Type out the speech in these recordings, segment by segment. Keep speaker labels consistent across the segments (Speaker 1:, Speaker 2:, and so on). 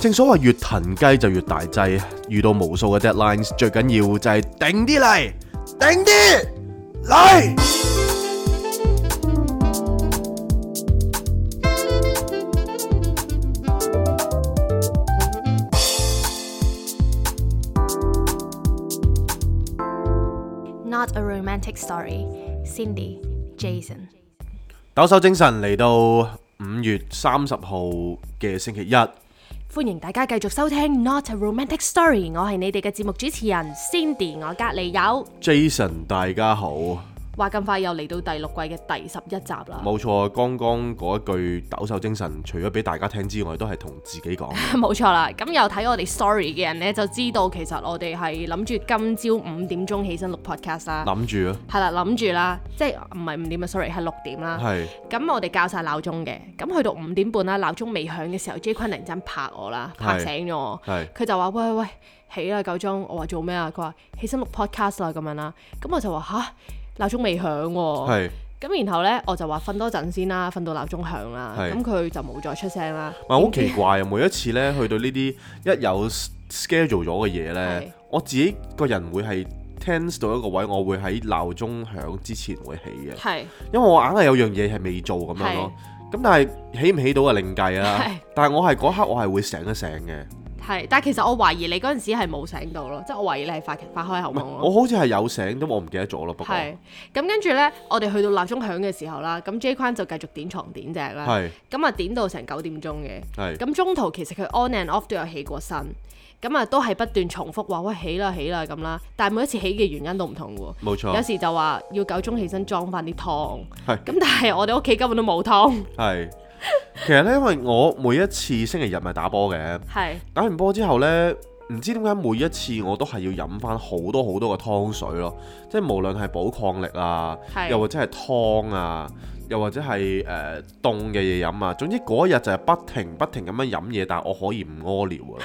Speaker 1: 正所謂越騰雞就越大劑，遇到無數嘅 deadlines，最緊要就係定啲嚟，定啲嚟。
Speaker 2: Not a romantic story. Cindy, Jason。
Speaker 1: 抖擻精神嚟到五月三十號嘅星期一，
Speaker 2: 歡迎大家繼續收聽 Not a romantic story。我係你哋嘅節目主持人 Cindy，我隔離有。
Speaker 1: Jason 大家好，
Speaker 2: 話咁快又嚟到第六季嘅第十一集啦。
Speaker 1: 冇錯，剛剛嗰一句抖擻精神，除咗俾大家聽之外，都係同自己講。
Speaker 2: 冇錯啦，咁有睇我哋 story 嘅人呢，就知道其實我哋係諗住今朝五點鐘起身錄 podcast 啦，
Speaker 1: 諗住啊，
Speaker 2: 係啦諗住啦，即係唔係五點啊，sorry 係六點啦。
Speaker 1: 係
Speaker 2: 咁我哋校晒鬧鐘嘅，咁去到五點半啦，鬧鐘未響嘅時候，J 君突然間拍我啦，拍
Speaker 1: 係
Speaker 2: 醒咗我，
Speaker 1: 係
Speaker 2: 佢就話：喂喂喂，起啦夠鐘！我話做咩啊？佢話起身錄 podcast 啦咁樣啦，咁我就話吓，鬧鐘未響喎、
Speaker 1: 係。
Speaker 2: 咁然後呢，我就話瞓多陣先啦，瞓到鬧鐘響啦，
Speaker 1: 係
Speaker 2: 咁佢就冇再出聲啦。
Speaker 1: 唔係好奇怪啊！每一次咧去到呢啲一有 s- schedule 咗嘅嘢
Speaker 2: 係
Speaker 1: 咧，我自己個人會係 tense 到一個位，我會喺鬧鐘響之前會起嘅，
Speaker 2: 係
Speaker 1: 因為我硬係有樣嘢係未做咁樣咯。咁但係起唔起到啊另計啦
Speaker 2: 係。
Speaker 1: 但係我係嗰刻我係會醒一醒嘅，
Speaker 2: 係，但係其實我懷疑你嗰陣時係冇醒到咯，即係我懷疑你係發發開口
Speaker 1: 唔
Speaker 2: 夢
Speaker 1: 係
Speaker 2: 咯。
Speaker 1: 我好似係有醒，咁我啊唔記得咗咯。不過
Speaker 2: 係，咁跟住呢，我哋去到鬧鐘響嘅時候啦，咁 J 框就繼續點床點隻啦，
Speaker 1: 係
Speaker 2: 咁啊點到成九點鐘嘅，
Speaker 1: 係
Speaker 2: 咁中途其實佢 on and off 都有起過身，咁啊都係不斷重複話喂起啦起啦咁啦，但係每一次起嘅原因都唔同嘅
Speaker 1: 冇
Speaker 2: 喎，有
Speaker 1: 錯，
Speaker 2: 時就話要九鐘起身裝翻啲湯，
Speaker 1: 哦係
Speaker 2: 咁但係我哋屋企根本都冇湯，
Speaker 1: 係。其實咧，因為我每一次星期日咪打波嘅。
Speaker 2: 係
Speaker 1: 打完波之後呢，唔知點解每一次我都係要飲翻好多好多嘅湯水咯，即係無論係補抗力啊，又
Speaker 2: 係
Speaker 1: 或者係湯啊，又或者係誒呃凍嘅嘢飲啊，總之嗰一日就係不停不停咁樣飲嘢，但係我可以唔屙尿啊！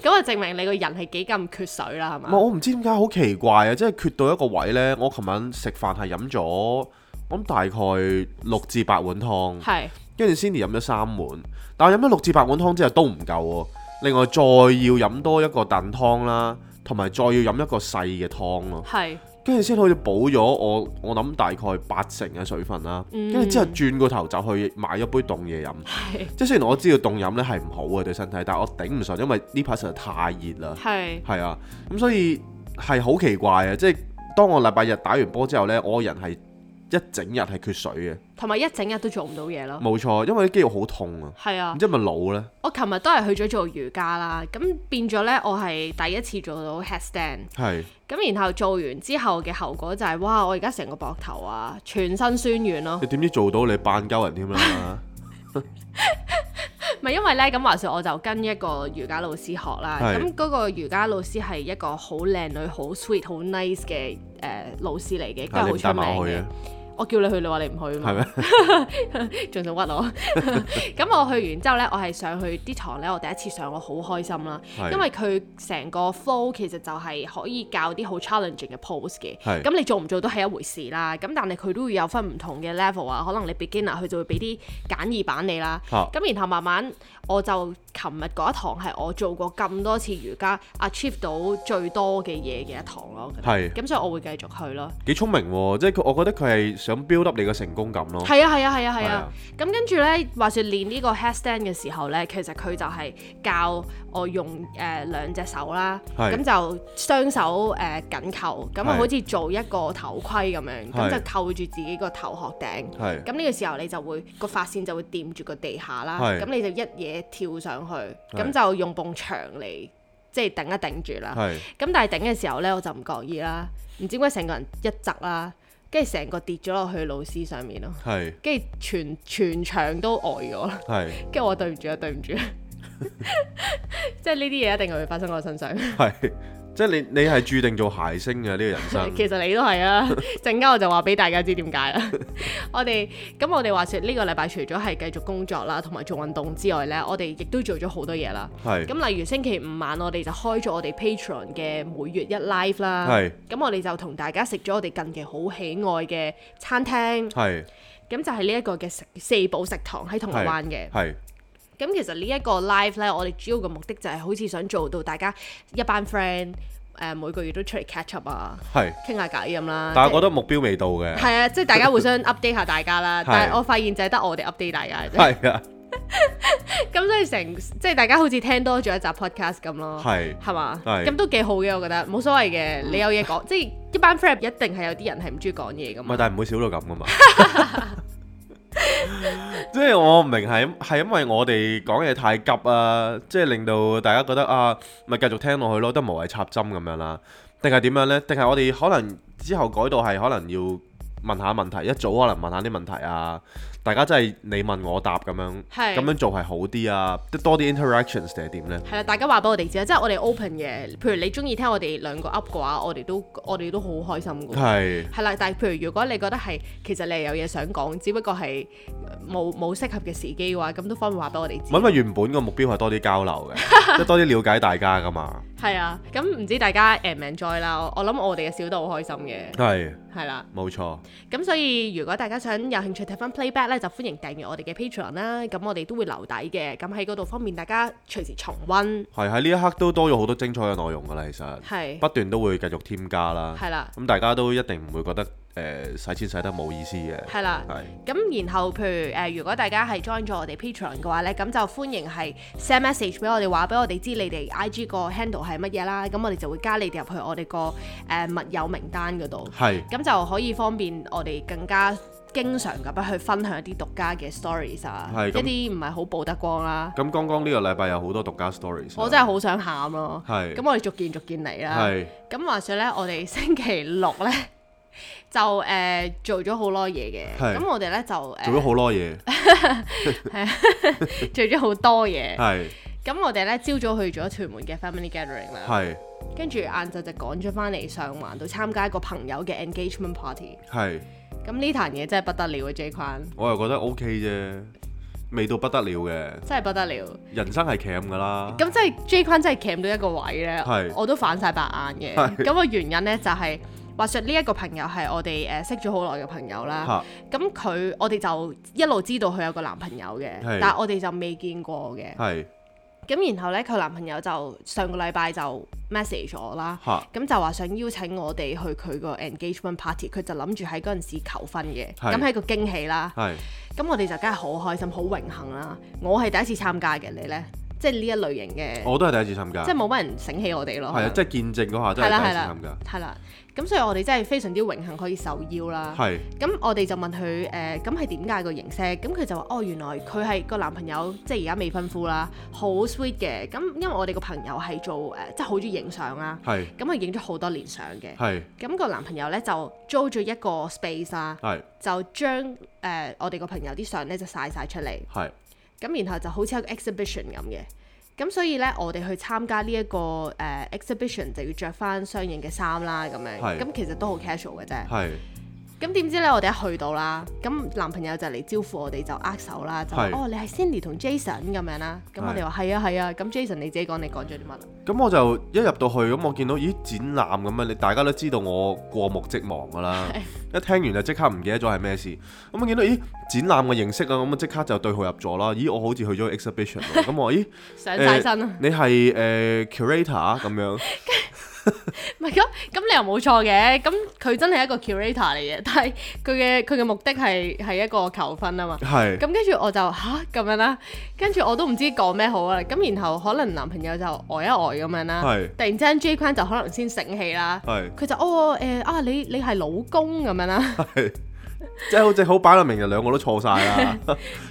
Speaker 2: 咁啊證明你個人係幾咁缺水啦係
Speaker 1: 唔係
Speaker 2: 嘛？
Speaker 1: 我唔知點解好奇怪啊，即係缺到一個位呢。我琴晚食飯係飲咗，我諗大概六至八碗湯。
Speaker 2: 係
Speaker 1: 跟住 Cindy 飲咗三碗，但係飲咗六至八碗湯之後都唔夠喎。另外再要飲多一個燉湯啦，同埋再要飲一個細嘅湯咯，
Speaker 2: 係
Speaker 1: 跟住先可以補咗我我諗大概八成嘅水分啦。
Speaker 2: 嗯
Speaker 1: 跟住之後轉個頭就去買一杯凍嘢飲，
Speaker 2: 係
Speaker 1: 即係雖然我知道凍飲呢係唔好嘅對身體，但係我頂唔順，因為呢排實在太熱啦。
Speaker 2: 係
Speaker 1: 係啊，咁所以係好奇怪啊！即係當我禮拜日打完波之後呢，我個人係一整日係缺水嘅，
Speaker 2: 同埋一整日都做唔到嘢咯，
Speaker 1: 冇錯，因為啲肌肉好痛啊，
Speaker 2: 係啊
Speaker 1: 唔。知係咪老呢？
Speaker 2: 我琴日都係去咗做瑜伽啦，咁變咗呢，我係第一次做到 headstand，
Speaker 1: 係
Speaker 2: 咁然後做完之後嘅後果就係、哇！我而家成個膊頭啊，全身酸軟 咯
Speaker 1: 你。點知做到你扮鳩人添 啦？
Speaker 2: 咪因為呢，咁話說我就跟一個瑜伽老師學啦，
Speaker 1: 係
Speaker 2: 咁嗰個瑜伽老師係一個好靚女、好 sweet、好 nice 嘅誒、呃老師嚟嘅，
Speaker 1: 但係你唔
Speaker 2: 跟住
Speaker 1: 帶
Speaker 2: 好出
Speaker 1: 埋
Speaker 2: 名
Speaker 1: 我去
Speaker 2: 嘅
Speaker 1: 啊。，
Speaker 2: 我叫你去，你話你唔去啊嘛
Speaker 1: 係，咩？
Speaker 2: 仲想屈我。 咁我去完之後呢，我係上去啲堂呢，我第一次上我好開心啦。
Speaker 1: 係
Speaker 2: 因為佢成個 flow 其實就係可以教啲好 challenging 嘅 pose 嘅，
Speaker 1: 係
Speaker 2: 咁你做唔做都係一回事啦。咁但係佢都會有分唔同嘅 level 啊，可能你 beginner 佢就會俾啲簡易版你啦。
Speaker 1: 嚇
Speaker 2: 咁然後慢慢我就琴日嗰一堂係我做過咁多次瑜伽 achieve 到最多嘅嘢嘅一堂咯。
Speaker 1: 係
Speaker 2: 咁所以我會繼續去咯。
Speaker 1: 幾聰明喎！即係佢，我覺得佢係想 build up 你嘅成功感咯。
Speaker 2: 係啊係啊係啊係
Speaker 1: 係
Speaker 2: 啊
Speaker 1: 啊。
Speaker 2: 咁跟住咧，話說練呢個 headstand 嘅時候咧，其實佢就係教我用誒、呃、兩隻手啦，
Speaker 1: 係
Speaker 2: 咁就雙手誒、呃、緊扣，咁啊
Speaker 1: 係
Speaker 2: 好似做一個頭盔咁樣，咁
Speaker 1: 係
Speaker 2: 就扣住自己個頭殼頂。
Speaker 1: 係
Speaker 2: 咁呢個時候你就會個髮線就會掂住個地下啦，
Speaker 1: 係
Speaker 2: 咁你就一嘢跳上去，咁就用埲牆嚟即係頂一頂住啦。
Speaker 1: 係
Speaker 2: 咁啊但係頂嘅時候呢，我就唔覺意啦，唔知點解成個人一窒啦，跟住成個跌咗落去老師上面咯。
Speaker 1: 係
Speaker 2: 跟住全全場都呆咗啦，
Speaker 1: 係
Speaker 2: 跟住我對唔住啊， 對唔住，即係呢啲嘢一定係會發生喺我身上。
Speaker 1: 係，即係你你係注定做諧星嘅呢個人生
Speaker 2: 。其實你都係啊，陣間我就話俾大家知點解啦。我哋咁我哋話説呢個禮拜除咗係繼續工作啦，同埋做運動之外呢，我哋亦都做咗好多嘢啦。
Speaker 1: 係
Speaker 2: 咁例如星期五晚我哋就開咗我哋 Patreon 嘅每月一 live 啦。
Speaker 1: 係
Speaker 2: 咁啊我哋就同大家食咗我哋近期好喜愛嘅餐廳，
Speaker 1: 係
Speaker 2: 咁就係呢一個嘅食四寶食堂喺銅鑼灣嘅。
Speaker 1: 係
Speaker 2: 咁其實呢一個 live 呢，我哋主要嘅目的就係好似想做到大家一班 friend 誒、每個月都出嚟 catch up 啊，
Speaker 1: 係，
Speaker 2: 傾下偈咁啦。
Speaker 1: 但係我
Speaker 2: 即係
Speaker 1: 覺得目標未到嘅，
Speaker 2: 係 啊，即係大家互相 update 下大家啦。
Speaker 1: 係
Speaker 2: 但係我發現就係得我哋 update 大家嘅啫。
Speaker 1: 係啊，
Speaker 2: 咁所以成即係大家好似聽多咗一集 podcast 咁咯。
Speaker 1: 係
Speaker 2: 係嘛？
Speaker 1: 係
Speaker 2: 咁都幾好嘅，我覺得冇所謂嘅。你有嘢 講，即係一班 friend 入一定係有啲人係唔中意講嘢噶
Speaker 1: 唔係，
Speaker 2: 嘛。
Speaker 1: 但係唔會少到咁噶嘛。即係我唔明係係因為我哋講嘢太急啊，即係令到大家覺得啊，咪繼續聽落去咯，都無謂插針咁樣啦。定係點樣呢？定係我哋可能之後改到係可能要問下問題，一早可能問下啲問題啊，大家真係你問我答咁樣，
Speaker 2: 係
Speaker 1: 咁樣做係好啲啊，即係多啲 interactions 定係點呢？
Speaker 2: 係啦，大家話俾我哋知啦，即係我哋 open 嘅。譬如你中意聽我哋兩個 up 嘅話，我哋都我哋都好開心嘅。
Speaker 1: 係
Speaker 2: 係啦，但係譬如如果你覺得係其實你係有嘢想講，只不過係呃冇冇適合嘅時機嘅話，咁都方便話俾我哋
Speaker 1: 唔係因
Speaker 2: 知。
Speaker 1: 為原本個目標係多啲交流嘅，即係多啲了解大家噶嘛。
Speaker 2: 係啊，咁唔知大家 enjoy 唔 enjoy 啦？我我諗我哋嘅小都好開心嘅，
Speaker 1: 係，
Speaker 2: 係啦。
Speaker 1: 冇錯。
Speaker 2: 咁所以如果大家想有興趣睇翻 playback 咧，就歡迎訂閱我哋嘅 Patreon 啦。咁我哋都會留底嘅，咁喺嗰度方便大家隨時重温。
Speaker 1: 係喺呢一刻都多咗好多精彩嘅內容㗎啦，其實
Speaker 2: 係
Speaker 1: 不斷都會繼續添加啦。
Speaker 2: 係啦，
Speaker 1: 咁大家都一定唔會覺得誒使、錢使得冇意思嘅。
Speaker 2: 係啦。
Speaker 1: 係
Speaker 2: 咁然後譬如誒、呃如果大家係 join 咗我哋 Patreon 嘅話咧，咁就歡迎係 send message 俾我哋，話俾我哋知你哋 IG 個 handle 係乜嘢啦。咁我哋就會加你哋入去我哋個誒密友名單嗰度，
Speaker 1: 係
Speaker 2: 咁就可以方便我哋更加經常咁樣去分享一啲獨家嘅 stories 啊，
Speaker 1: 係
Speaker 2: 一
Speaker 1: 咁
Speaker 2: 啲唔係好曝得光啦。
Speaker 1: 咁剛剛呢個禮拜有好多獨家 stories 啦。
Speaker 2: 我真係好想喊咯。
Speaker 1: 係
Speaker 2: 咁我哋逐件逐件嚟啦。
Speaker 1: 係
Speaker 2: 咁話說呢，我哋星期六呢， 就誒、呃做咗好多嘢嘅。
Speaker 1: 係
Speaker 2: 咁我哋呢，就誒、呃
Speaker 1: 做咗好多 嘢，
Speaker 2: 做咗好多嘢。
Speaker 1: 係
Speaker 2: 咁我哋呢，朝早去咗屯門嘅 family gathering 啦，
Speaker 1: 係
Speaker 2: 跟住晏晝就趕咗翻嚟上環度參加一個朋友嘅 engagement party。
Speaker 1: 係，
Speaker 2: 咁呢壇嘢真係不得了啊，J 框
Speaker 1: 我又覺得 OK 啫，未到不得了嘅，
Speaker 2: 真係不得了。
Speaker 1: 人生係 cam 㗎啦。
Speaker 2: 咁即係 J 框真係鉗到一個位咧
Speaker 1: 係，
Speaker 2: 我都反晒白眼嘅。
Speaker 1: 係
Speaker 2: 咁個原因呢，就係、話說呢一個朋友係我哋誒、呃、識咗好耐嘅朋友啦。
Speaker 1: 嚇
Speaker 2: 咁佢我哋就一路知道佢有個男朋友嘅，
Speaker 1: 係
Speaker 2: 但係我哋就未見過嘅。
Speaker 1: 係
Speaker 2: 咁然後呢，佢男朋友就上個禮拜就 message 我啦，
Speaker 1: 嚇
Speaker 2: 咁就話想邀請我哋去佢個 engagement party，佢就諗住喺嗰陣時求婚嘅，
Speaker 1: 係
Speaker 2: 咁係一個驚喜啦。
Speaker 1: 係
Speaker 2: 咁我哋就梗係好開心、好榮幸啦。我係第一次參加嘅，你呢？即係呢一類型嘅，
Speaker 1: 我都係第一次參加，
Speaker 2: 即係
Speaker 1: 係
Speaker 2: 冇乜人醒起我哋咯。
Speaker 1: 啊，即係見證嗰下真
Speaker 2: 係啦
Speaker 1: 係第
Speaker 2: 係
Speaker 1: 一次
Speaker 2: 啦
Speaker 1: 參加，
Speaker 2: 係啦。咁所以我哋真係非常之榮幸可以受邀啦。
Speaker 1: 係
Speaker 2: 咁我哋就問佢誒，咁係點解個形式？咁佢就話：哦，原來佢係個男朋友，即係而家未婚夫啦，好 sweet 嘅。咁因為我哋個朋友係做誒、呃即係好中意影相啦，
Speaker 1: 係
Speaker 2: 咁佢影咗好多年相嘅。
Speaker 1: 係
Speaker 2: 咁、個男朋友咧就租咗一個 space 啦，
Speaker 1: 係
Speaker 2: 就將誒、呃我哋個朋友啲相咧就晒晒出嚟，
Speaker 1: 係
Speaker 2: 咁然後就好似一個 exhibition 咁嘅。咁所以咧，我哋去參加呢、一個誒、呃 exhibition 就要着翻相應嘅衫啦，咁樣。
Speaker 1: 係
Speaker 2: 咁其實都好 casual 嘅啫。
Speaker 1: 係
Speaker 2: 咁點知咧，我哋一去到啦，咁男朋友就嚟招呼我哋就握手啦，就話
Speaker 1: 係
Speaker 2: 哦你係 Cindy 同 Jason 咁樣啦，咁我哋話係啊係啊，咁 Jason 你自己講你講咗啲乜啊？
Speaker 1: 咁我就一入到去，咁我見到咦展覽咁樣，啊你大家都知道我過目即忘㗎啦。一聽完就即刻唔記得咗係咩事。咁我見到咦展覽嘅形式啊，咁啊即刻就對號入座啦。咦我好似去咗 exhibition 喎咁我話咦
Speaker 2: 上晒身啊！
Speaker 1: 你係誒、呃 curator 啊咁樣，
Speaker 2: 唔係咁咁你又冇錯嘅，咁佢真係一個 curator 嚟嘅，但係佢嘅佢嘅目的係係一個求婚啊嘛。
Speaker 1: 係
Speaker 2: 咁跟住我就吓咁樣啦，跟住我都唔知講咩好啊。咁然後可能男朋友就呆一呆咁樣啦，
Speaker 1: 係
Speaker 2: 突然之間 J 框就可能先醒起啦，
Speaker 1: 係
Speaker 2: 佢就哦誒、啊你你係老公咁樣啦。
Speaker 1: 係，即係好似好擺到明就兩個都錯晒 啦。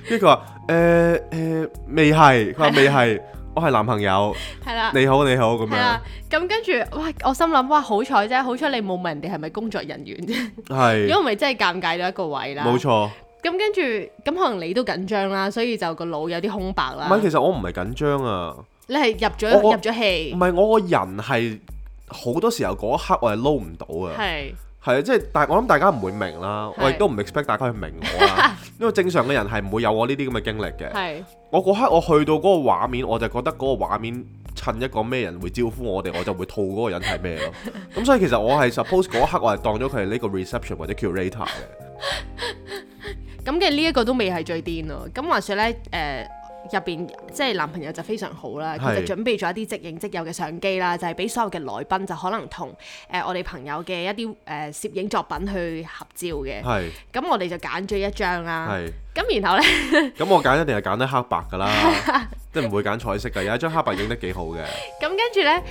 Speaker 1: 跟住佢話誒誒未係，佢話未係， 我係男朋友，
Speaker 2: 係啦，
Speaker 1: 你好你好咁
Speaker 2: 係啦
Speaker 1: 樣，，
Speaker 2: 咁跟住，哇！我心諗，哇，好彩啫，好彩你冇問人哋係咪工作人員 啫，如
Speaker 1: 係
Speaker 2: 果唔係真係尷尬到一個位啦。
Speaker 1: 冇。錯。
Speaker 2: 咁跟住，咁可能你都緊張啦，所以就個腦有啲空白
Speaker 1: 唔
Speaker 2: 啦。
Speaker 1: 係，其實我唔係緊張啊。
Speaker 2: 你係入咗
Speaker 1: 我
Speaker 2: 入
Speaker 1: 我
Speaker 2: 咗
Speaker 1: 唔
Speaker 2: 戲，
Speaker 1: 係我個人係好多時候嗰一刻我係撈唔到啊，
Speaker 2: 係
Speaker 1: 係啊，即係但係我諗大家唔會明啦，
Speaker 2: 係
Speaker 1: 我亦都唔 expect 大家去明我 啦，因為正常嘅人係唔會有我呢啲咁嘅經歷嘅。
Speaker 2: 係
Speaker 1: 我嗰刻我去到嗰個畫面，我就覺得嗰個畫面襯一個咩人會招呼我哋，我就會套嗰個人係咩 咯。咁所以其實我係 suppose 嗰一刻我係當咗佢係呢個 reception 或者 curator 嘅，
Speaker 2: 咁嘅呢一個都未係最癲咯。咁話說咧，誒、入邊即係男朋友就非常好啦，佢
Speaker 1: 係
Speaker 2: 就準備咗一啲即影即有嘅相機啦，就係、俾所有嘅來賓就可能同誒、呃我哋朋友嘅一啲誒、呃、攝影作品去合照嘅。
Speaker 1: 係
Speaker 2: 咁我哋就揀咗一張啦。
Speaker 1: 係。
Speaker 2: 咁然後咧，
Speaker 1: 咁我揀一定係揀得黑白㗎啦， 即係唔會揀彩色㗎。有一張黑白影得幾好嘅，
Speaker 2: 咁跟住咧，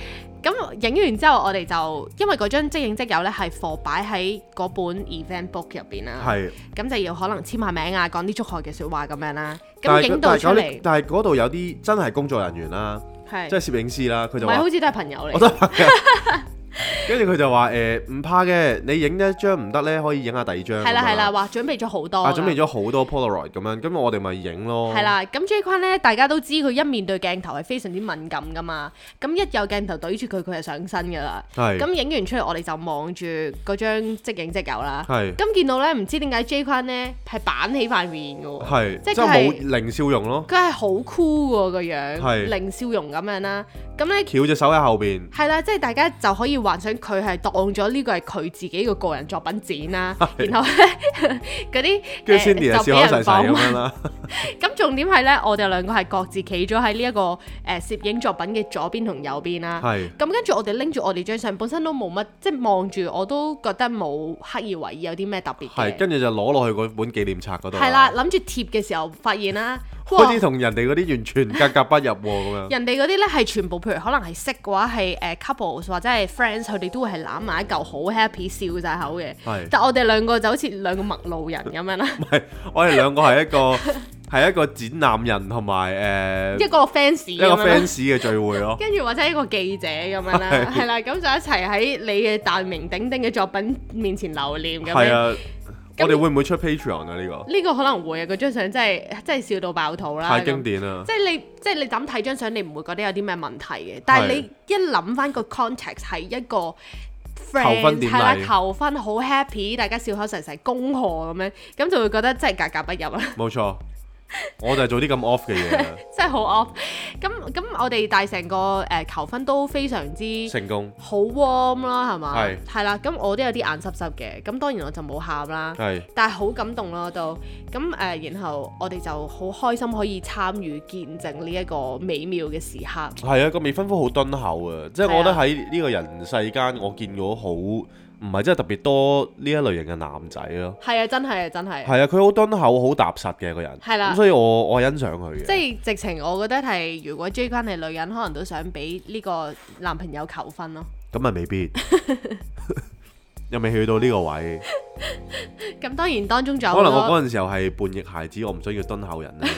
Speaker 2: 咁影完之後，我哋就因為嗰張即影即有咧係貨擺喺嗰本 event book 入邊啦，
Speaker 1: 係。
Speaker 2: 咁就要可能簽下名啊，講啲祝賀嘅説話咁樣啦。
Speaker 1: 但
Speaker 2: 咁
Speaker 1: 係
Speaker 2: 影到
Speaker 1: 但係
Speaker 2: 出
Speaker 1: 嗰啲
Speaker 2: 嚟
Speaker 1: 但係嗰度有啲真係工作人員啦，
Speaker 2: 係
Speaker 1: 即係攝影師啦，佢
Speaker 2: 唔
Speaker 1: 就
Speaker 2: 係
Speaker 1: 話
Speaker 2: 好似都係朋友嚟
Speaker 1: 我。都係嘅。跟住佢就話誒唔怕嘅，你影一張唔得咧，可以影下第二張咁樣。
Speaker 2: 係啦係啦，話準備咗好多
Speaker 1: 啊
Speaker 2: 㗎。
Speaker 1: 準備咗好多 Polaroid 咁樣，咁我哋咪影咯。
Speaker 2: 係啦，咁 J 君咧，大家都知佢一面對鏡頭係非常之敏感噶嘛，咁一有鏡頭對住佢，佢就上身噶啦。
Speaker 1: 係，
Speaker 2: 咁影完出嚟，我哋就望住嗰張即影即有啦。
Speaker 1: 係
Speaker 2: 咁見到咧，唔知點解 J 君咧係板起塊面嘅喎，
Speaker 1: 係，
Speaker 2: 即係
Speaker 1: 即係
Speaker 2: 佢係
Speaker 1: 冇零笑容咯，
Speaker 2: 佢係好酷喎個
Speaker 1: 係
Speaker 2: 樣，零笑容咁樣啦。咁咧
Speaker 1: 翹隻手喺後邊，
Speaker 2: 係啦，即係大家就可以幻想佢係當咗呢個係佢自己嘅個人作品展啦。
Speaker 1: 係
Speaker 2: 然後咧 嗰啲
Speaker 1: 跟住
Speaker 2: 誒
Speaker 1: Cindy 啊
Speaker 2: 就俾
Speaker 1: 笑口細細
Speaker 2: 人訪
Speaker 1: 咁
Speaker 2: 問
Speaker 1: 樣啦，
Speaker 2: 咁重點係咧，我哋兩個係各自企咗喺呢一個誒、呃、攝影作品嘅左邊同右邊啦。
Speaker 1: 係
Speaker 2: 咁跟住我哋拎住我哋張相，本身都冇乜，即係望住我都覺得冇刻意為意有啲咩特別
Speaker 1: 係，
Speaker 2: 嘅。
Speaker 1: 跟住就攞落去嗰本紀念冊嗰度，
Speaker 2: 係啦，，諗住貼嘅時候發現啦，哇
Speaker 1: 好！似同人哋嗰啲完全格格不入 喎咁樣，
Speaker 2: 人哋嗰啲咧係全部，譬如可能係識嘅話係誒、呃 couples 或者係 friends，佢哋都會係攬埋一嚿好 happy 笑晒口嘅。
Speaker 1: 係，
Speaker 2: 但我哋兩個就好似兩個陌路人咁 樣啦，
Speaker 1: 唔係，我哋兩個係一個係一個展覽人同埋
Speaker 2: 一
Speaker 1: 誒
Speaker 2: 個 fans
Speaker 1: 一個
Speaker 2: 咁樣啦
Speaker 1: fans 嘅聚會 咯，
Speaker 2: 跟住或者一個記者咁樣 啦，係啦，咁就一齊喺你嘅大名鼎鼎嘅作品面前留念咁
Speaker 1: 係
Speaker 2: 樣。
Speaker 1: 啊，我哋會唔會出 Patreon 啊？呢個
Speaker 2: 呢個可能會啊，嗰張相真係真係笑到爆肚啦！
Speaker 1: 太
Speaker 2: 咁
Speaker 1: 經典啦，
Speaker 2: 即係你即係你咁睇張相，你唔會覺得有啲咩問題嘅。但係你一諗翻個 context 係一個 friend
Speaker 1: 婚典禮
Speaker 2: 係啦，求婚好 happy，大家笑口齊齊，恭賀咁樣，咁就會覺得真係格格不入啦。
Speaker 1: 冇錯，我就係做啲咁 off 嘅嘢啊啦，
Speaker 2: 真係好 off。咁咁，我哋大成個誒、呃求婚都非常之
Speaker 1: 成功
Speaker 2: 好 warm 啦，係嘛？
Speaker 1: 係
Speaker 2: 係啦，咁我都有啲眼濕濕嘅，咁當然我就冇喊啦，
Speaker 1: 係
Speaker 2: 但係好感動咯都。咁誒、呃然後我哋就好開心可以參與見證呢一個美妙嘅時刻。
Speaker 1: 係啊，個未婚夫好敦厚啊，即係我覺得
Speaker 2: 係
Speaker 1: 喺呢個人世間，我見過好唔係真係特別多呢一類型嘅男仔咯。
Speaker 2: 係啊，真係啊，真係。
Speaker 1: 係啊，佢好敦厚，好踏實嘅一個人。
Speaker 2: 係啦
Speaker 1: 咁所以我我欣賞佢嘅。
Speaker 2: 即係直情，我覺得係如果 J 君係女人，可能都想俾呢個男朋友求婚咯。
Speaker 1: 咁啊，未 必，又未去到呢個位。
Speaker 2: 咁當然當中仲有
Speaker 1: 可能我
Speaker 2: 好多，
Speaker 1: 嗰陣時候係叛逆孩子，我唔想要敦厚人咧。啊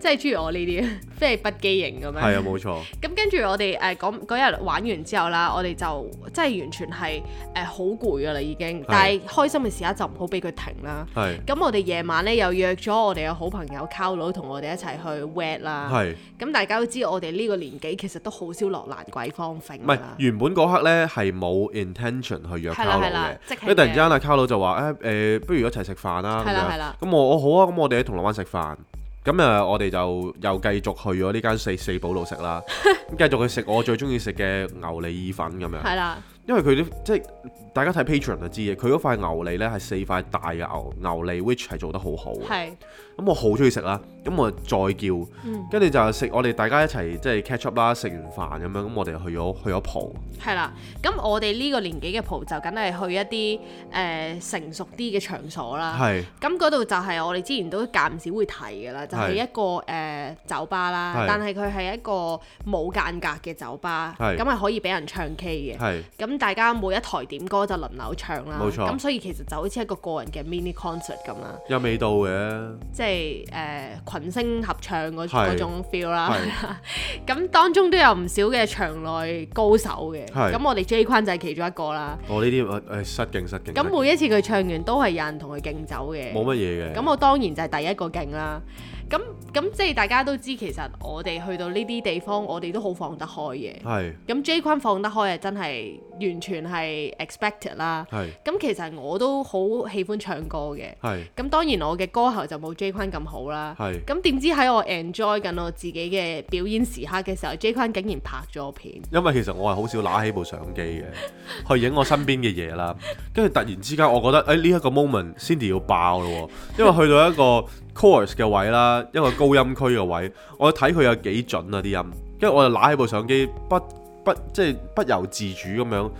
Speaker 2: 即係諸如我呢啲，啊 即 係不羈型咁樣。
Speaker 1: 係啊，冇錯，
Speaker 2: 咁跟住我哋誒嗰嗰日玩完之後啦，我哋就真係完全係誒好攰噶啦已經，但係開心嘅時刻就唔好俾佢停啦。
Speaker 1: 係
Speaker 2: 咁我哋夜晚咧又約咗我哋嘅好朋友 Cow 佬同我哋一齊去 wet 啦。
Speaker 1: 係。
Speaker 2: 啊咁大家都知我哋呢個年紀其實都好少落蘭桂坊揈
Speaker 1: 唔係
Speaker 2: 啦。
Speaker 1: 原本嗰刻咧係冇 intention 去約
Speaker 2: 啊係
Speaker 1: 卡
Speaker 2: 啦
Speaker 1: 佬
Speaker 2: 係啦
Speaker 1: 嘅，
Speaker 2: 即係
Speaker 1: 跟住突然之間啊卡佬就話誒誒，不如一齊食飯啦咁
Speaker 2: 係啦係啦
Speaker 1: 樣。咁我我好啊，咁我哋喺銅鑼灣食飯。咁誒，我哋就又繼續去咗呢間四四寶路食 啦，咁繼續去食我最中意食嘅牛脷意粉咁樣。
Speaker 2: 係啦，
Speaker 1: 因為佢啲即係大家睇 Patreon 就知嘅，佢嗰塊牛脷咧係四塊大嘅牛牛脷，which 係做得好好嘅。
Speaker 2: 係
Speaker 1: 咁我好中意食啦，咁我再叫
Speaker 2: 嗯，
Speaker 1: 跟住就食我哋大家一齊即係 catch up 啦，食完飯咁樣，咁我哋去咗去咗蒲。
Speaker 2: 係啦。咁我哋呢個年紀嘅蒲就梗係去一啲誒、呃成熟啲嘅場所啦。
Speaker 1: 係
Speaker 2: 咁嗰度就係我哋之前都間唔少會提嘅啦，就係、
Speaker 1: 係
Speaker 2: 一個誒、呃酒吧啦
Speaker 1: 係，
Speaker 2: 但係佢係一個冇間隔嘅酒吧，
Speaker 1: 係
Speaker 2: 咁係可以俾人唱 K 嘅。
Speaker 1: 係
Speaker 2: 咁大家每一台點歌就輪流唱啦，
Speaker 1: 冇錯
Speaker 2: 咁所以其實就好似一個個人嘅 mini concert 咁啦，
Speaker 1: 有味道嘅，
Speaker 2: 即係誒、呃、群星合唱嗰
Speaker 1: 係
Speaker 2: 嗰種 feel 啦。
Speaker 1: 係
Speaker 2: 咁當中都有唔少嘅場內高手嘅，
Speaker 1: 係
Speaker 2: 咁我哋 J 坤就係其中一個啦。
Speaker 1: 我哦呢啲誒誒失敬失敬，
Speaker 2: 咁
Speaker 1: 失敬
Speaker 2: 每一次佢唱完都係有人同佢敬酒嘅。
Speaker 1: 冇乜嘢嘅。
Speaker 2: 咁我當然就係第一個勁啦。咁咁即係大家都知，其實我哋去到呢啲地方，我哋都好放得開嘅。
Speaker 1: 係
Speaker 2: 咁 J 君放得開啊，真係完全係 expected 啦。
Speaker 1: 係
Speaker 2: 咁其實我都好喜歡唱歌嘅。
Speaker 1: 係
Speaker 2: 咁當然我嘅歌喉就冇 J 君咁好啦。
Speaker 1: 係
Speaker 2: 咁點知喺我 enjoy 緊我自己嘅表演時刻嘅時候，J 君竟然拍咗我片。
Speaker 1: 因為其實我係好少拿起部相機嘅，去影我身邊嘅嘢哎啦。跟住突然之間，我覺得誒呢一個 moment Cindy 要爆咯喎，因為去到一個 chorus 嘅位啦，一個高音區嘅位，我睇佢有幾準啊啲音，跟住我就揦起部相機，不不即係不由自主咁樣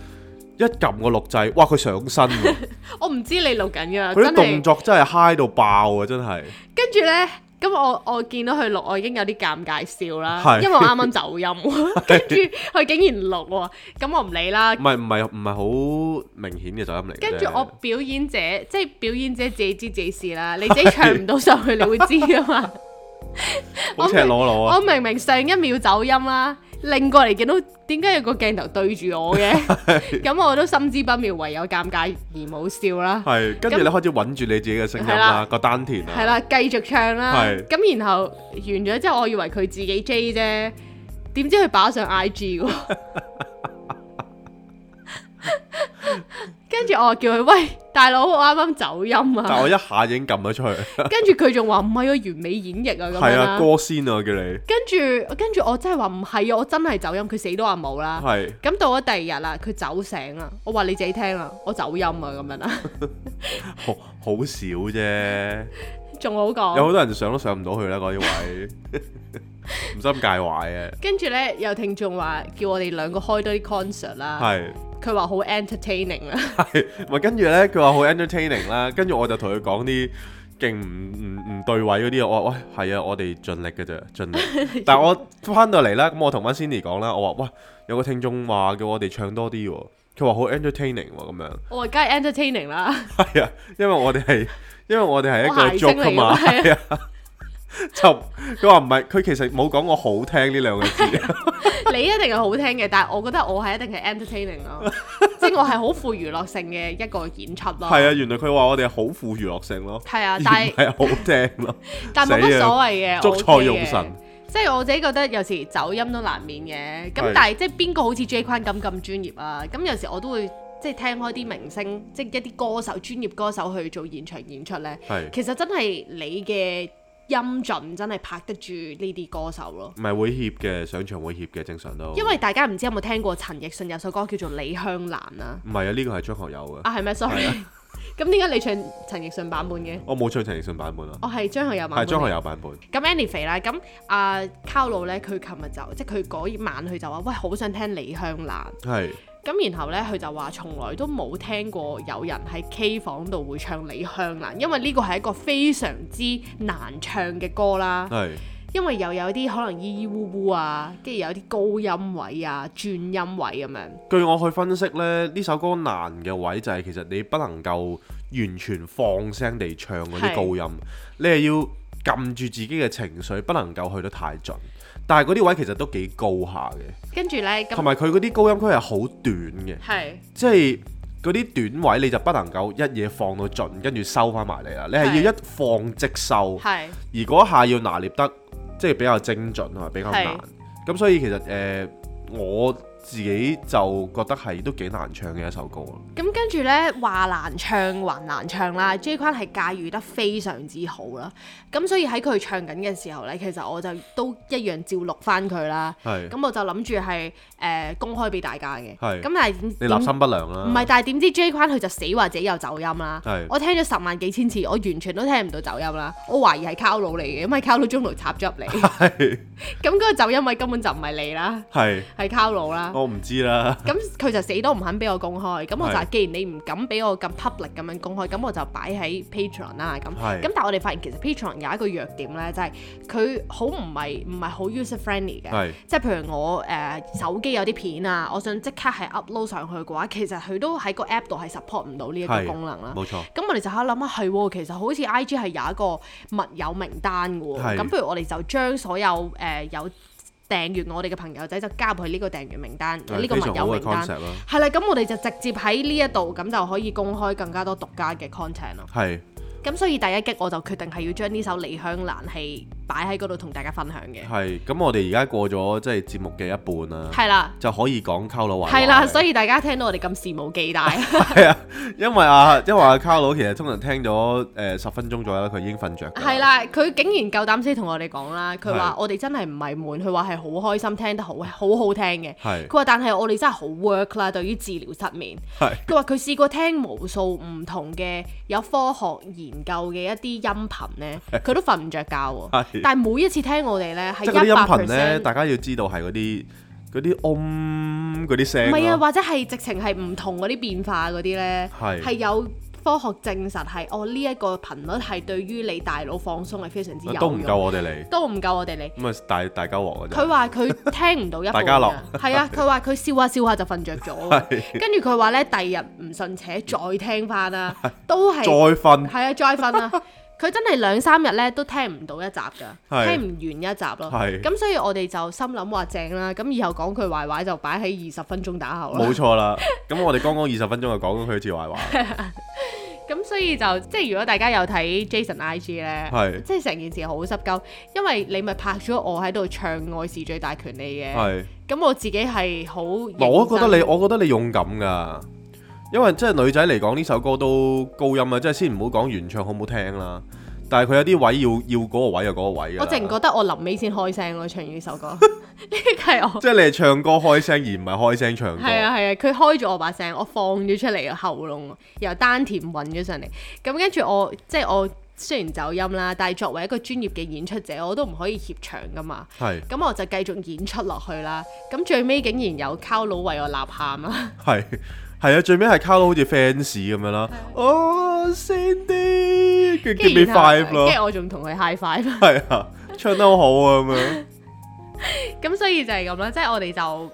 Speaker 1: 一撳個錄掣，哇佢上身 喎，
Speaker 2: 我唔知你錄緊㗎，
Speaker 1: 佢啲
Speaker 2: 真
Speaker 1: 動
Speaker 2: 係。
Speaker 1: 作真係嗨到爆啊！真係
Speaker 2: 跟住咧，咁我我見到佢錄，我已經有啲尷尬笑啦，
Speaker 1: 係
Speaker 2: 因為我啱啱走音 喎，跟住佢竟然錄喎，咁我唔理啦
Speaker 1: 唔。係唔係唔係好明顯嘅走音嚟嘅啫。
Speaker 2: 跟住我表演者，即係表演者自己知自己事啦，你自己唱唔到上去，你會知啊嘛。
Speaker 1: 好赤裸裸啊
Speaker 2: 我！明明上一秒走音啦，擰過嚟見到點解有個鏡頭對住 我嘅，咁我都心知不妙，唯有尷尬而冇笑啦。
Speaker 1: 係，跟住你開始揾住你自己嘅聲音啦，
Speaker 2: 係啦
Speaker 1: 個丹田
Speaker 2: 係
Speaker 1: 啊，
Speaker 2: 啦，繼續唱啦。
Speaker 1: 係
Speaker 2: 咁然後完咗之後，我以為佢自己 J 啫，點知佢擺上 IG 喎。跟住我叫佢喂，大佬，我啱啱走音
Speaker 1: 但
Speaker 2: 啊！
Speaker 1: 我一下已經撳咗出去，
Speaker 2: 跟住佢仲話唔係啊，完美演繹啊咁
Speaker 1: 係
Speaker 2: 樣
Speaker 1: 啊
Speaker 2: 啦。
Speaker 1: 歌先啊叫你，
Speaker 2: 跟住跟住我真係話唔係啊，我真係走音，佢死都話冇啦。
Speaker 1: 係
Speaker 2: 咁到咗第二日啦，佢走醒啦，我話你自己聽啦，我走音啊咁樣 啦，
Speaker 1: 好好少啫。
Speaker 2: 仲好
Speaker 1: 有
Speaker 2: 講。
Speaker 1: 好多人上都上唔到去啦，嗰啲位 唔心介懷嘅，
Speaker 2: 跟住呢，有聽眾話叫我哋兩個開多啲 concert 啦，
Speaker 1: 係
Speaker 2: 佢話好 entertaining 啦。
Speaker 1: 係咪跟住咧？佢話好 entertaining 啦，跟住我就同佢講啲勁唔唔唔對位嗰啲嘢，我話喂係啊，我哋盡力嘅啫，盡力。但係我翻到嚟啦，咁我同翻 Cindy 講啦，我話喂有個聽眾話叫我哋唱多啲喎，佢話好 entertaining 喎咁樣，
Speaker 2: 我話梗係 entertaining 啦，
Speaker 1: 係啊，因為我哋係因為我哋係一個
Speaker 2: 我諧星
Speaker 1: joke 啊嘛，
Speaker 2: 嚟㗎
Speaker 1: 係啊。 就佢話唔係，佢其實冇講我好聽呢兩個
Speaker 2: 哦
Speaker 1: 字，
Speaker 2: 你一定係好聽嘅，但係我覺得我係一定係 entertaining 咯，即係我係好富娛樂性嘅一個演出咯。
Speaker 1: 係啊，原來佢話我哋好富娛樂性咯。
Speaker 2: 係啊，但
Speaker 1: 係
Speaker 2: 係
Speaker 1: 係好聽 咯，
Speaker 2: 但冇乜所謂嘅，
Speaker 1: 啊捉
Speaker 2: 我
Speaker 1: 錯
Speaker 2: OK
Speaker 1: 用
Speaker 2: 嘅
Speaker 1: 神。
Speaker 2: 即係我自己覺得有時走音都難免嘅，咁
Speaker 1: 係
Speaker 2: 但係即係邊個好似 J 框咁咁專業啊？咁有時我都會即係聽開啲明星，即係一啲歌手、專業歌手去做現場演出呢。
Speaker 1: 係
Speaker 2: 其實真係你嘅音準真係拍得住呢啲歌手咯。
Speaker 1: 唔係會怯嘅？上場會怯嘅，正常都。
Speaker 2: 因為大家唔知有冇聽過陳奕迅有首歌叫做《李香蘭》啊？
Speaker 1: 唔係啊，呢個係張學友嘅，
Speaker 2: 啊係咩？sorry，咁點解你唱陳奕迅版本嘅？
Speaker 1: 我冇唱陳奕迅版本啊，
Speaker 2: 我係張學友版
Speaker 1: 係
Speaker 2: 本嚟。
Speaker 1: 張學友版本。
Speaker 2: 咁 anyway 啦，咁阿 Carlo 咧，佢琴日就即係佢嗰晚佢就話：喂，好想聽李香蘭。
Speaker 1: 係
Speaker 2: 咁然後咧，佢就話從來都冇聽過有人喺 K 房度會唱李香蘭，因為呢個係一個非常之難唱嘅歌啦。
Speaker 1: 係
Speaker 2: 因為又有啲可能咿咿烏烏啊，跟住有啲高音位啊、轉音位咁樣。
Speaker 1: 據我去分析呢，呢首歌難嘅位就係其實你不能夠完全放聲地唱嗰啲
Speaker 2: 係
Speaker 1: 高音，你係要撳住自己嘅情緒，不能夠去得太盡。但係嗰啲位其實都幾高下嘅，
Speaker 2: 跟住咧，
Speaker 1: 同
Speaker 2: 咁
Speaker 1: 埋佢嗰啲高音區係好短嘅。
Speaker 2: 係
Speaker 1: 即係嗰啲短位你就不能夠一嘢放到盡，跟住收翻埋嚟啦。你係要一放即收，
Speaker 2: 係
Speaker 1: 而嗰下要拿捏得即係比較精準同埋比較難。咁所以其實誒、呃我自己就覺得係都幾難唱嘅一首歌咯。
Speaker 2: 咁跟住呢，話難唱還難唱啦，J 框係駕馭得非常之好啦。咁所以喺佢唱緊嘅時候呢，其實我就都一樣照錄翻佢啦。
Speaker 1: 係
Speaker 2: 咁我就諗住係誒公開俾大家嘅。
Speaker 1: 係
Speaker 2: 咁但係點
Speaker 1: 你啊立心不良
Speaker 2: 唔
Speaker 1: 啦，
Speaker 2: 係，但係點知 J 框佢就死話自己有走音啦
Speaker 1: 係。
Speaker 2: 我聽咗十萬幾千次，我完全都聽唔到走音啦。我懷疑係 Carlo 嚟嘅，因為 Carlo 中途插 咗入 嚟。
Speaker 1: 係
Speaker 2: 咁嗰個走音位根本就唔係你啦，
Speaker 1: 係
Speaker 2: 係 Carlo 啦。
Speaker 1: 我唔知啦，
Speaker 2: 咁佢就死都唔肯俾我公開，咁我就話
Speaker 1: 係
Speaker 2: 既然你唔敢俾我咁 public 咁樣公開，咁我就擺喺 Patreon 啦咁。
Speaker 1: 係
Speaker 2: 咁但係我哋發現其實 Patreon 有一個弱點咧，就係佢好唔係唔係好 user friendly 嘅，
Speaker 1: 係
Speaker 2: 即係譬如我誒、呃手機有啲片啊，我想即刻係 upload 上去嘅話，其實佢都喺個 app 度係 support 唔到呢一個
Speaker 1: 係
Speaker 2: 功能啦。
Speaker 1: 冇錯，
Speaker 2: 咁我哋就喺度諗啊，係喎，其實好似 I G 係有一個密友名單嘅
Speaker 1: 係
Speaker 2: 喎，咁不如我哋就將所有誒、呃有訂閱我哋嘅朋友仔就加入去呢個訂閱名單，呢
Speaker 1: 係非
Speaker 2: 個密
Speaker 1: 常好
Speaker 2: 友
Speaker 1: 嘅
Speaker 2: 名單。
Speaker 1: concept 啊啦，
Speaker 2: 係啦，咁我哋就直接喺呢一度，咁就可以公開更加多獨家嘅 content 咯。
Speaker 1: 係
Speaker 2: 咁所以第一擊我就決定係要將呢首《李香蘭》係擺喺嗰度同大家分享嘅。
Speaker 1: 係咁，我哋而家過咗即係節目嘅一半啦，
Speaker 2: 係啦，
Speaker 1: 就可以講溝佬壞話。
Speaker 2: 係啦，所以大家聽到我哋咁肆無忌憚，
Speaker 1: 係啊，因為啊，因為阿卡佬其實通常聽咗呃誒十分鐘左右，佢已經瞓着㗎。
Speaker 2: 係啦，佢竟然夠膽先同我哋講啦，佢話
Speaker 1: 係
Speaker 2: 我哋真係唔係悶，佢話係好開心，聽得好好好聽嘅。
Speaker 1: 係，
Speaker 2: 佢話但係我哋真係好 work 啦，對於治療失眠。
Speaker 1: 係
Speaker 2: 佢話佢試過聽無數唔同嘅有科學研究嘅一啲音頻呢，佢都瞓唔着覺喎
Speaker 1: 係。
Speaker 2: 但係每一次聽我哋呢，係
Speaker 1: 即係嗰啲
Speaker 2: 一
Speaker 1: 音
Speaker 2: 百
Speaker 1: 頻咧，
Speaker 2: percent。
Speaker 1: 大家要知道係嗰啲嗰啲嗡嗰啲
Speaker 2: 唔
Speaker 1: 聲
Speaker 2: 係啊，
Speaker 1: 咯。
Speaker 2: 或者係直情係唔同嗰啲變化嗰啲呢，
Speaker 1: 係
Speaker 2: 係有科學證實係哦呢一個頻率係對於你大腦放鬆係非常之有用，
Speaker 1: 都唔夠，我哋嚟，
Speaker 2: 都唔夠我哋理。
Speaker 1: 咁啊大大家鑊㗎
Speaker 2: 佢
Speaker 1: 啫。
Speaker 2: 話佢聽唔到一
Speaker 1: 大
Speaker 2: 半
Speaker 1: 家樂
Speaker 2: 啊，係啊，佢話佢笑下笑下就瞓着 咗喎，跟住佢話呢，第二日唔信且再聽翻啦，都係
Speaker 1: 再瞓
Speaker 2: 係啊，再瞓啦。佢真係兩三日咧都聽唔到一集㗎，
Speaker 1: 係
Speaker 2: 聽唔完一集咯。
Speaker 1: 係
Speaker 2: 咁所以我哋就心諗話正啦，咁以後講佢壞話就擺喺二十分鐘打後啦
Speaker 1: 冇。錯啦。咁我哋剛剛二十分鐘就講咗佢一次 壞話，
Speaker 2: 咁所以就即係如果大家有睇 Jason IG 咧，
Speaker 1: 係
Speaker 2: 即係成件事好濕鳩，因為你咪拍咗我喺度唱《愛是最大權利》嘅，
Speaker 1: 係。
Speaker 2: 咁我自己係好認
Speaker 1: 嗱，
Speaker 2: 真。
Speaker 1: 我覺得你，我覺得你勇敢㗎，因為即係女仔嚟講呢首歌都高音啊，即係先唔好講原唱好唔好聽啦。但係佢有啲位要要嗰個位就嗰個位㗎啦。
Speaker 2: 我淨覺得我臨尾先開聲咯，唱完呢 首歌，呢個係我
Speaker 1: 即係你係唱歌開聲而唔係開聲唱歌。
Speaker 2: 係啊係啊，佢開咗我把聲，我放咗出嚟喉嚨，由丹田運咗上嚟。咁跟住我即係我雖然走音啦，但係作為一個專業嘅演出者，我都唔可以怯場噶嘛。
Speaker 1: 係
Speaker 2: 咁我就繼續演出落去啦。咁最尾竟然有靠佬為我吶喊 啊啦，
Speaker 1: 係係啊，最尾係卡佬好似 fans 咁樣啦。哦，Cindy，跟住 give
Speaker 2: 跟
Speaker 1: me
Speaker 2: 住然
Speaker 1: five
Speaker 2: 後
Speaker 1: 咯
Speaker 2: 跟，住我仲同佢 high five。
Speaker 1: 係啊，唱得好好啊咁樣。
Speaker 2: 咁所以就係咁啦，即係我哋就誒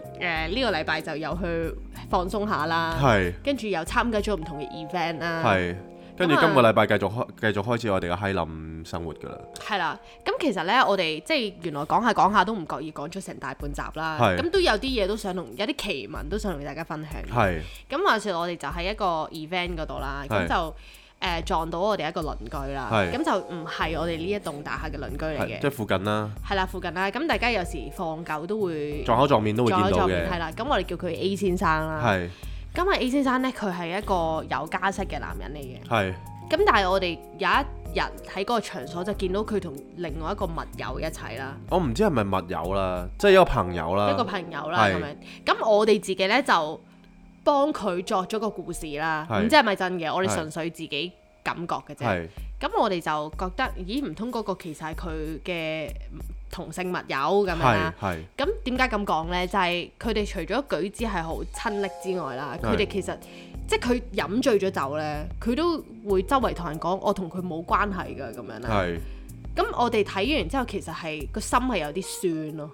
Speaker 2: 呢、個禮拜就又去放鬆下啦，
Speaker 1: 係
Speaker 2: 跟住又參加咗唔同嘅 event 啦。
Speaker 1: 係，跟住
Speaker 2: 咁啊
Speaker 1: 今個禮拜繼續開繼續開始我哋嘅閪冧生活㗎啦。
Speaker 2: 係啦，咁其實呢，我哋即係原來講下講下都唔覺意講出成大半集啦。
Speaker 1: 係
Speaker 2: 咁都有啲嘢都想同有啲奇聞都想同大家分享。
Speaker 1: 係
Speaker 2: 咁話說我哋就喺一個 event 嗰度啦，咁
Speaker 1: 係
Speaker 2: 就誒、呃撞到我哋一個鄰居啦。
Speaker 1: 係
Speaker 2: 咁就唔係我哋呢一棟大廈嘅鄰居嚟
Speaker 1: 係即係
Speaker 2: 嘅，
Speaker 1: 附近啦，
Speaker 2: 係啦附近啦。咁大家有時放狗都會
Speaker 1: 撞口撞面都會見
Speaker 2: 撞一
Speaker 1: 到
Speaker 2: 撞面，係
Speaker 1: 嘅。
Speaker 2: 啦。咁我哋叫佢 A 先生啦。
Speaker 1: 係
Speaker 2: 咁啊 A 先生呢，佢係一個有家室嘅男人嚟嘅。
Speaker 1: 係
Speaker 2: 咁但係我哋有一日喺嗰個場所就見到佢同另外一個密友一齊啦，
Speaker 1: 我唔知係咪密友啦，即係一個朋友啦，
Speaker 2: 一個朋友啦
Speaker 1: 啊係
Speaker 2: 咁樣。咁我哋自己呢，就幫佢作咗個故事啦，
Speaker 1: 係
Speaker 2: 唔知係咪真嘅？我哋
Speaker 1: 係
Speaker 2: 純粹自己感覺嘅啫。
Speaker 1: 係
Speaker 2: 咁我哋就覺得，咦？唔通嗰個其實係佢嘅同性密友咁樣啦
Speaker 1: 係。係
Speaker 2: 咁點解咁講呢？就係佢哋除咗舉止係好親昵之外啦，
Speaker 1: 係
Speaker 2: 佢哋其實即係佢飲醉咗酒呢，佢都會周圍同人講我同佢冇關係㗎咁樣啦。
Speaker 1: 係。
Speaker 2: 咁我哋睇完之後，其實係個心係有啲酸咯，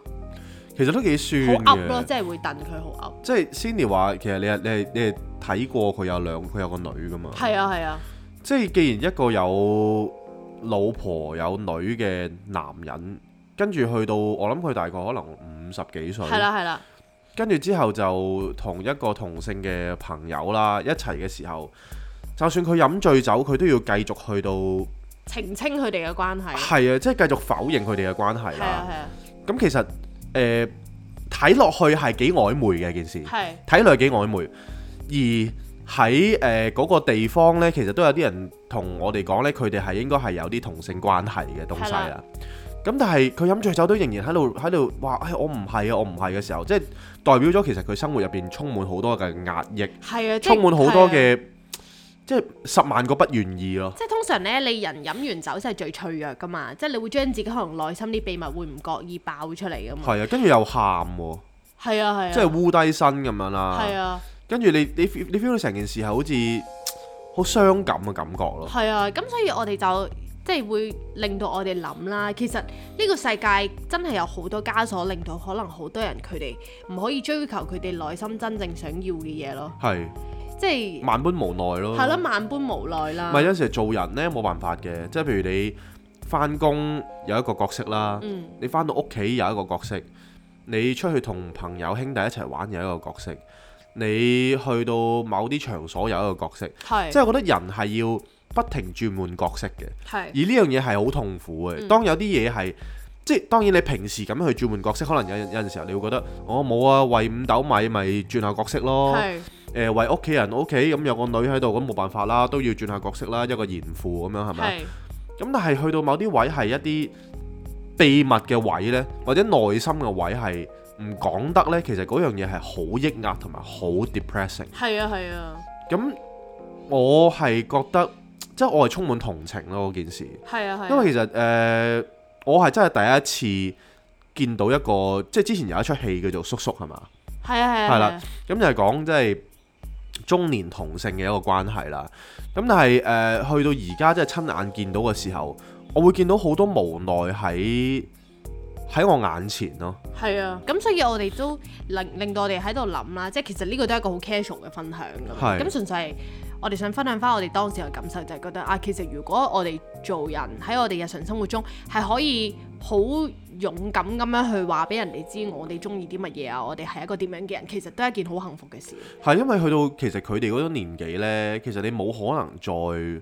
Speaker 1: 其實都幾酸
Speaker 2: 好噏咯，
Speaker 1: 嘅，
Speaker 2: 即係會戥佢好
Speaker 1: 即係 Cindy 話，其實你係你係你係睇過佢有兩佢有個女噶嘛，
Speaker 2: 噏。係啊係啊，
Speaker 1: 即係既然一個有老婆有女嘅男人，跟住去到我諗佢大概可能五十幾歲，
Speaker 2: 係啦係啦，
Speaker 1: 跟住之後就同一個同性嘅朋友啦一齊嘅時候，就算佢飲醉酒，佢都要繼續去到
Speaker 2: 澄清佢哋嘅關係。
Speaker 1: 係啊，即係繼續否認佢哋嘅關係
Speaker 2: 係啊
Speaker 1: 啦。
Speaker 2: 係啊
Speaker 1: 咁其實誒睇落去係幾曖昧嘅件事。
Speaker 2: 係
Speaker 1: 睇落去幾曖昧。而喺誒嗰個地方呢，其實都有啲人同我哋講呢，佢哋係應該係有啲同性關係嘅東西
Speaker 2: 係
Speaker 1: 啦
Speaker 2: 啦。
Speaker 1: 咁但係佢飲醉酒都仍然喺度喺度話：，唉、我唔係啊，我唔係嘅時候，即係代表咗其實佢生活入邊充滿好多嘅壓抑，
Speaker 2: 係啊，即係
Speaker 1: 充滿好多。
Speaker 2: 係啊
Speaker 1: 嘅即係十萬個不願意咯。
Speaker 2: 即係通常咧，你人飲完酒真係最脆弱噶嘛，即係你會將自己可能內心啲秘密會唔覺意爆出嚟噶嘛。
Speaker 1: 係啊，跟住又喊喎，
Speaker 2: 係啊係啊，
Speaker 1: 即係烏低身咁樣
Speaker 2: 係
Speaker 1: 啦。
Speaker 2: 啊
Speaker 1: 跟住你你 feel- 你 feel 到成件事係好似好傷感嘅感覺咯。
Speaker 2: 係啊，咁所以我哋就即係會令到我哋諗啦。其實呢個世界真係有好多枷鎖，令到可能好多人佢哋唔可以追求佢哋內心真正想要嘅嘢咯，
Speaker 1: 係
Speaker 2: 即係
Speaker 1: 萬般無奈咯。
Speaker 2: 係咯，萬般無奈啦
Speaker 1: 唔。係有啊時做人呢，冇辦法嘅，即係譬如你翻工有一個角色啦，
Speaker 2: 嗯
Speaker 1: 你翻到屋企有一個角色，你出去同朋友兄弟一齊玩有一個角色，你去到某啲場所有一個角色，
Speaker 2: 係
Speaker 1: 即係我覺得人係要不停轉換角色嘅。而呢
Speaker 2: 係
Speaker 1: 樣嘢係好痛苦
Speaker 2: 嗯
Speaker 1: 嘅。當有啲嘢係即係當然你平時咁去轉換角色，可能有有陣時候你會覺得我冇啊，為五斗米咪轉下角色咯。
Speaker 2: 係
Speaker 1: 誒、呃為屋企人 O K 咁有個女喺度咁冇辦法啦，都要轉下角色啦，一個賢婦咁樣係咪啊？
Speaker 2: 係
Speaker 1: 咁但係去到某啲位係一啲秘密嘅位呢，或者內心嘅位係唔講得呢，其實嗰樣嘢係好抑壓同埋好 depressing。
Speaker 2: 係啊係啊
Speaker 1: 咁我係覺得即係我係充滿同情咯嗰件事。
Speaker 2: 係啊係啊，
Speaker 1: 因為其實誒、呃我係真係第一次見到一個，即係之前有一出戲叫做《叔叔》係嘛，
Speaker 2: 係啊係啊
Speaker 1: 係啦，咁就係講即係中年同性嘅一個關係啦。咁但係誒、呃去到而家即係親眼見到嘅時候，我會見到好多無奈喺喺我眼前咯。
Speaker 2: 係啊，咁所以我哋都令令到我哋喺度諗啦，即係其實呢個都係一個好 casual 嘅分享咁樣，
Speaker 1: 係
Speaker 2: 咁純粹係我哋想分享翻我哋當時嘅感受，就係、覺得啊，其實如果我哋做人喺我哋日常生活中係可以好勇敢咁樣去話俾人哋知我哋中意啲乜嘢啊，我哋係一個點樣嘅人，其實都係一件好幸福嘅事。
Speaker 1: 係因為去到其實佢哋嗰種年紀呢，其實你冇可能再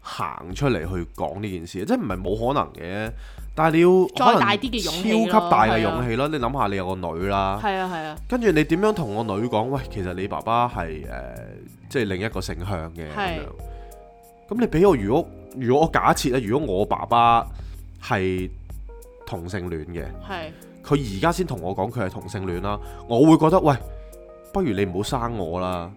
Speaker 1: 行出嚟去講呢件事，即係唔係冇可能嘅，但係你要
Speaker 2: 再
Speaker 1: 可能
Speaker 2: 大啲嘅勇氣咯
Speaker 1: 超級大
Speaker 2: 係啊
Speaker 1: 嘅勇氣啦！你諗下，你有個女啦，
Speaker 2: 係啊係啊，
Speaker 1: 跟住你點樣同個女講？喂，其實你爸爸係誒、呃即係另一個性向嘅咁
Speaker 2: 係
Speaker 1: 樣。咁你俾我，如果如果我假設咧，如果我爸爸係同性戀嘅，
Speaker 2: 係
Speaker 1: 佢而家先同我講佢係同性戀啦，我會覺得喂，不如你唔好生我啦，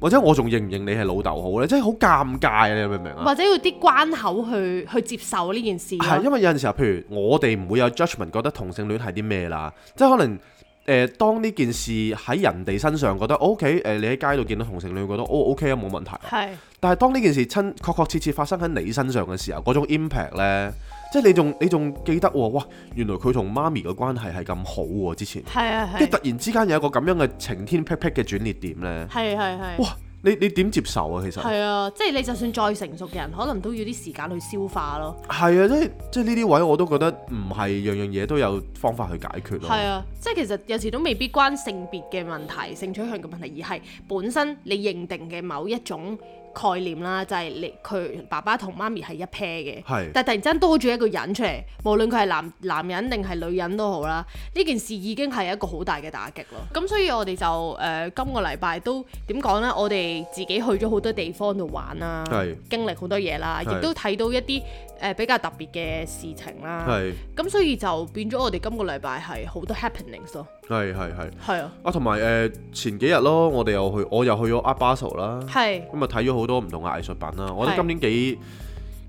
Speaker 1: 或者我仲認唔認你係老豆好呢？即係好尷尬啊！你明唔明啊？
Speaker 2: 或者要啲關口去去接受呢件事咯。
Speaker 1: 係因為有陣時候，譬如我哋唔會有 judgment 覺得同性戀係啲咩啦，即係可能誒、呃，當呢件事喺人哋身上覺得 O K 誒，你喺街度見到同性戀覺得哦 O K 啊冇問題，
Speaker 2: 係
Speaker 1: 但係當呢件事親確確切切發生喺你身上嘅時候，嗰種 impact 呢，即係你仲你仲記得喎，哇！原來佢同媽咪嘅關係係咁好喎，之前。
Speaker 2: 係啊
Speaker 1: 跟
Speaker 2: 係
Speaker 1: 住突然之間有一個咁樣嘅晴天霹靂嘅轉捩點呢，
Speaker 2: 係係係。
Speaker 1: 哇！你你點接受啊？其實係
Speaker 2: 係啊，即係你就算再成熟嘅人，可能都要啲時間去消化咯。
Speaker 1: 啊，即係即係呢啲位我都覺得唔係樣樣嘢都有方法去解決咯。
Speaker 2: 係啊，即係其實有時都未必關性別嘅問題、性取向嘅問題，而係本身你認定嘅某一種概念啦，就係、你佢爸爸同媽咪係一 pair 嘅。
Speaker 1: 係
Speaker 2: 但係突然之間多咗一個人出嚟，無論佢係男男人定係女人都好啦，呢件事已經係一個好大嘅打擊咯。咁所以我哋就誒、呃今個禮拜都點講呢？我哋自己去咗好多地方度玩啦
Speaker 1: 係，
Speaker 2: 經歷好多嘢啦，
Speaker 1: 係
Speaker 2: 亦都睇到一啲誒、呃比較特別嘅事情啦。
Speaker 1: 係
Speaker 2: 咁所以就變咗我哋今個禮拜係好多 happenings 咯。
Speaker 1: 係係係
Speaker 2: 係啊，
Speaker 1: 啊，同埋誒前幾日咯，我哋又去，我又去咗 Art Basel 啦，
Speaker 2: 係
Speaker 1: 咁啊睇咗好多唔同嘅藝術品啦。我覺
Speaker 2: 係
Speaker 1: 得今年幾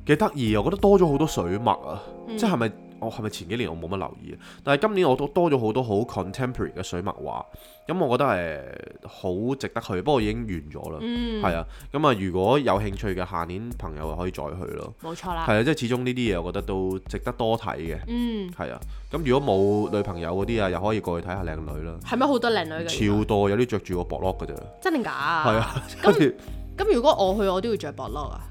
Speaker 1: 幾得意啊，我覺得多咗好多水墨啊，
Speaker 2: 嗯
Speaker 1: 即係咪我係咪前幾年我冇乜留意啊？但係今年我都多咗好多好 contemporary 嘅水墨畫，咁我覺得誒好、值得去，不過已經完咗啦。
Speaker 2: 嗯，
Speaker 1: 係啊，咁啊，如果有興趣嘅下年朋友可以再去咯。
Speaker 2: 冇錯啦。
Speaker 1: 係啊，即係始終呢啲嘢，我覺得都值得多睇嘅。
Speaker 2: 嗯，
Speaker 1: 係啊，咁如果冇女朋友嗰啲啊，又可以過去睇下靚女啦。
Speaker 2: 係咪好多靚女嘅？
Speaker 1: 超多，有啲着住個薄 lock 嘅啫。
Speaker 2: 真定假？係
Speaker 1: 係啊，跟住
Speaker 2: 咁如果我去，我都要着薄褸啊！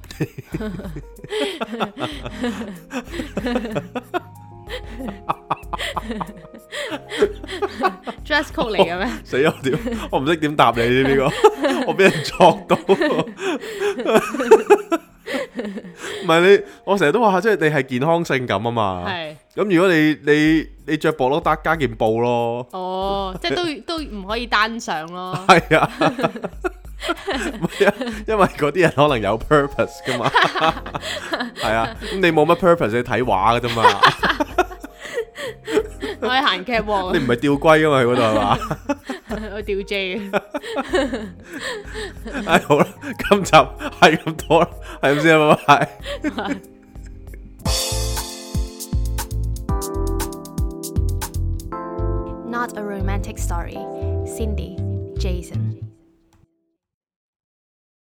Speaker 2: dress code 嚟嘅咩？
Speaker 1: 死我屌，我唔識點答你呢 個，我俾人撞到。唔係你，我成日都話，即係你係健康性感啊嘛。
Speaker 2: 係
Speaker 1: 咁如果你你你著薄 lock 得加件布咯。
Speaker 2: 哦，即係都都唔可以單上 咯。
Speaker 1: 係啊，唔係啊，因為嗰啲人可能有 purpose 噶嘛，係啊，咁你冇乜 purpose，你睇畫噶啫嘛，
Speaker 2: 我去行 c a p
Speaker 1: 你唔係吊龜噶嘛，佢嗰度係嘛？
Speaker 2: 我吊 J
Speaker 1: 唉，好啦，今集係咁多啦，係咁先啦，拜拜。
Speaker 3: Not a romantic story. Cindy, Jason.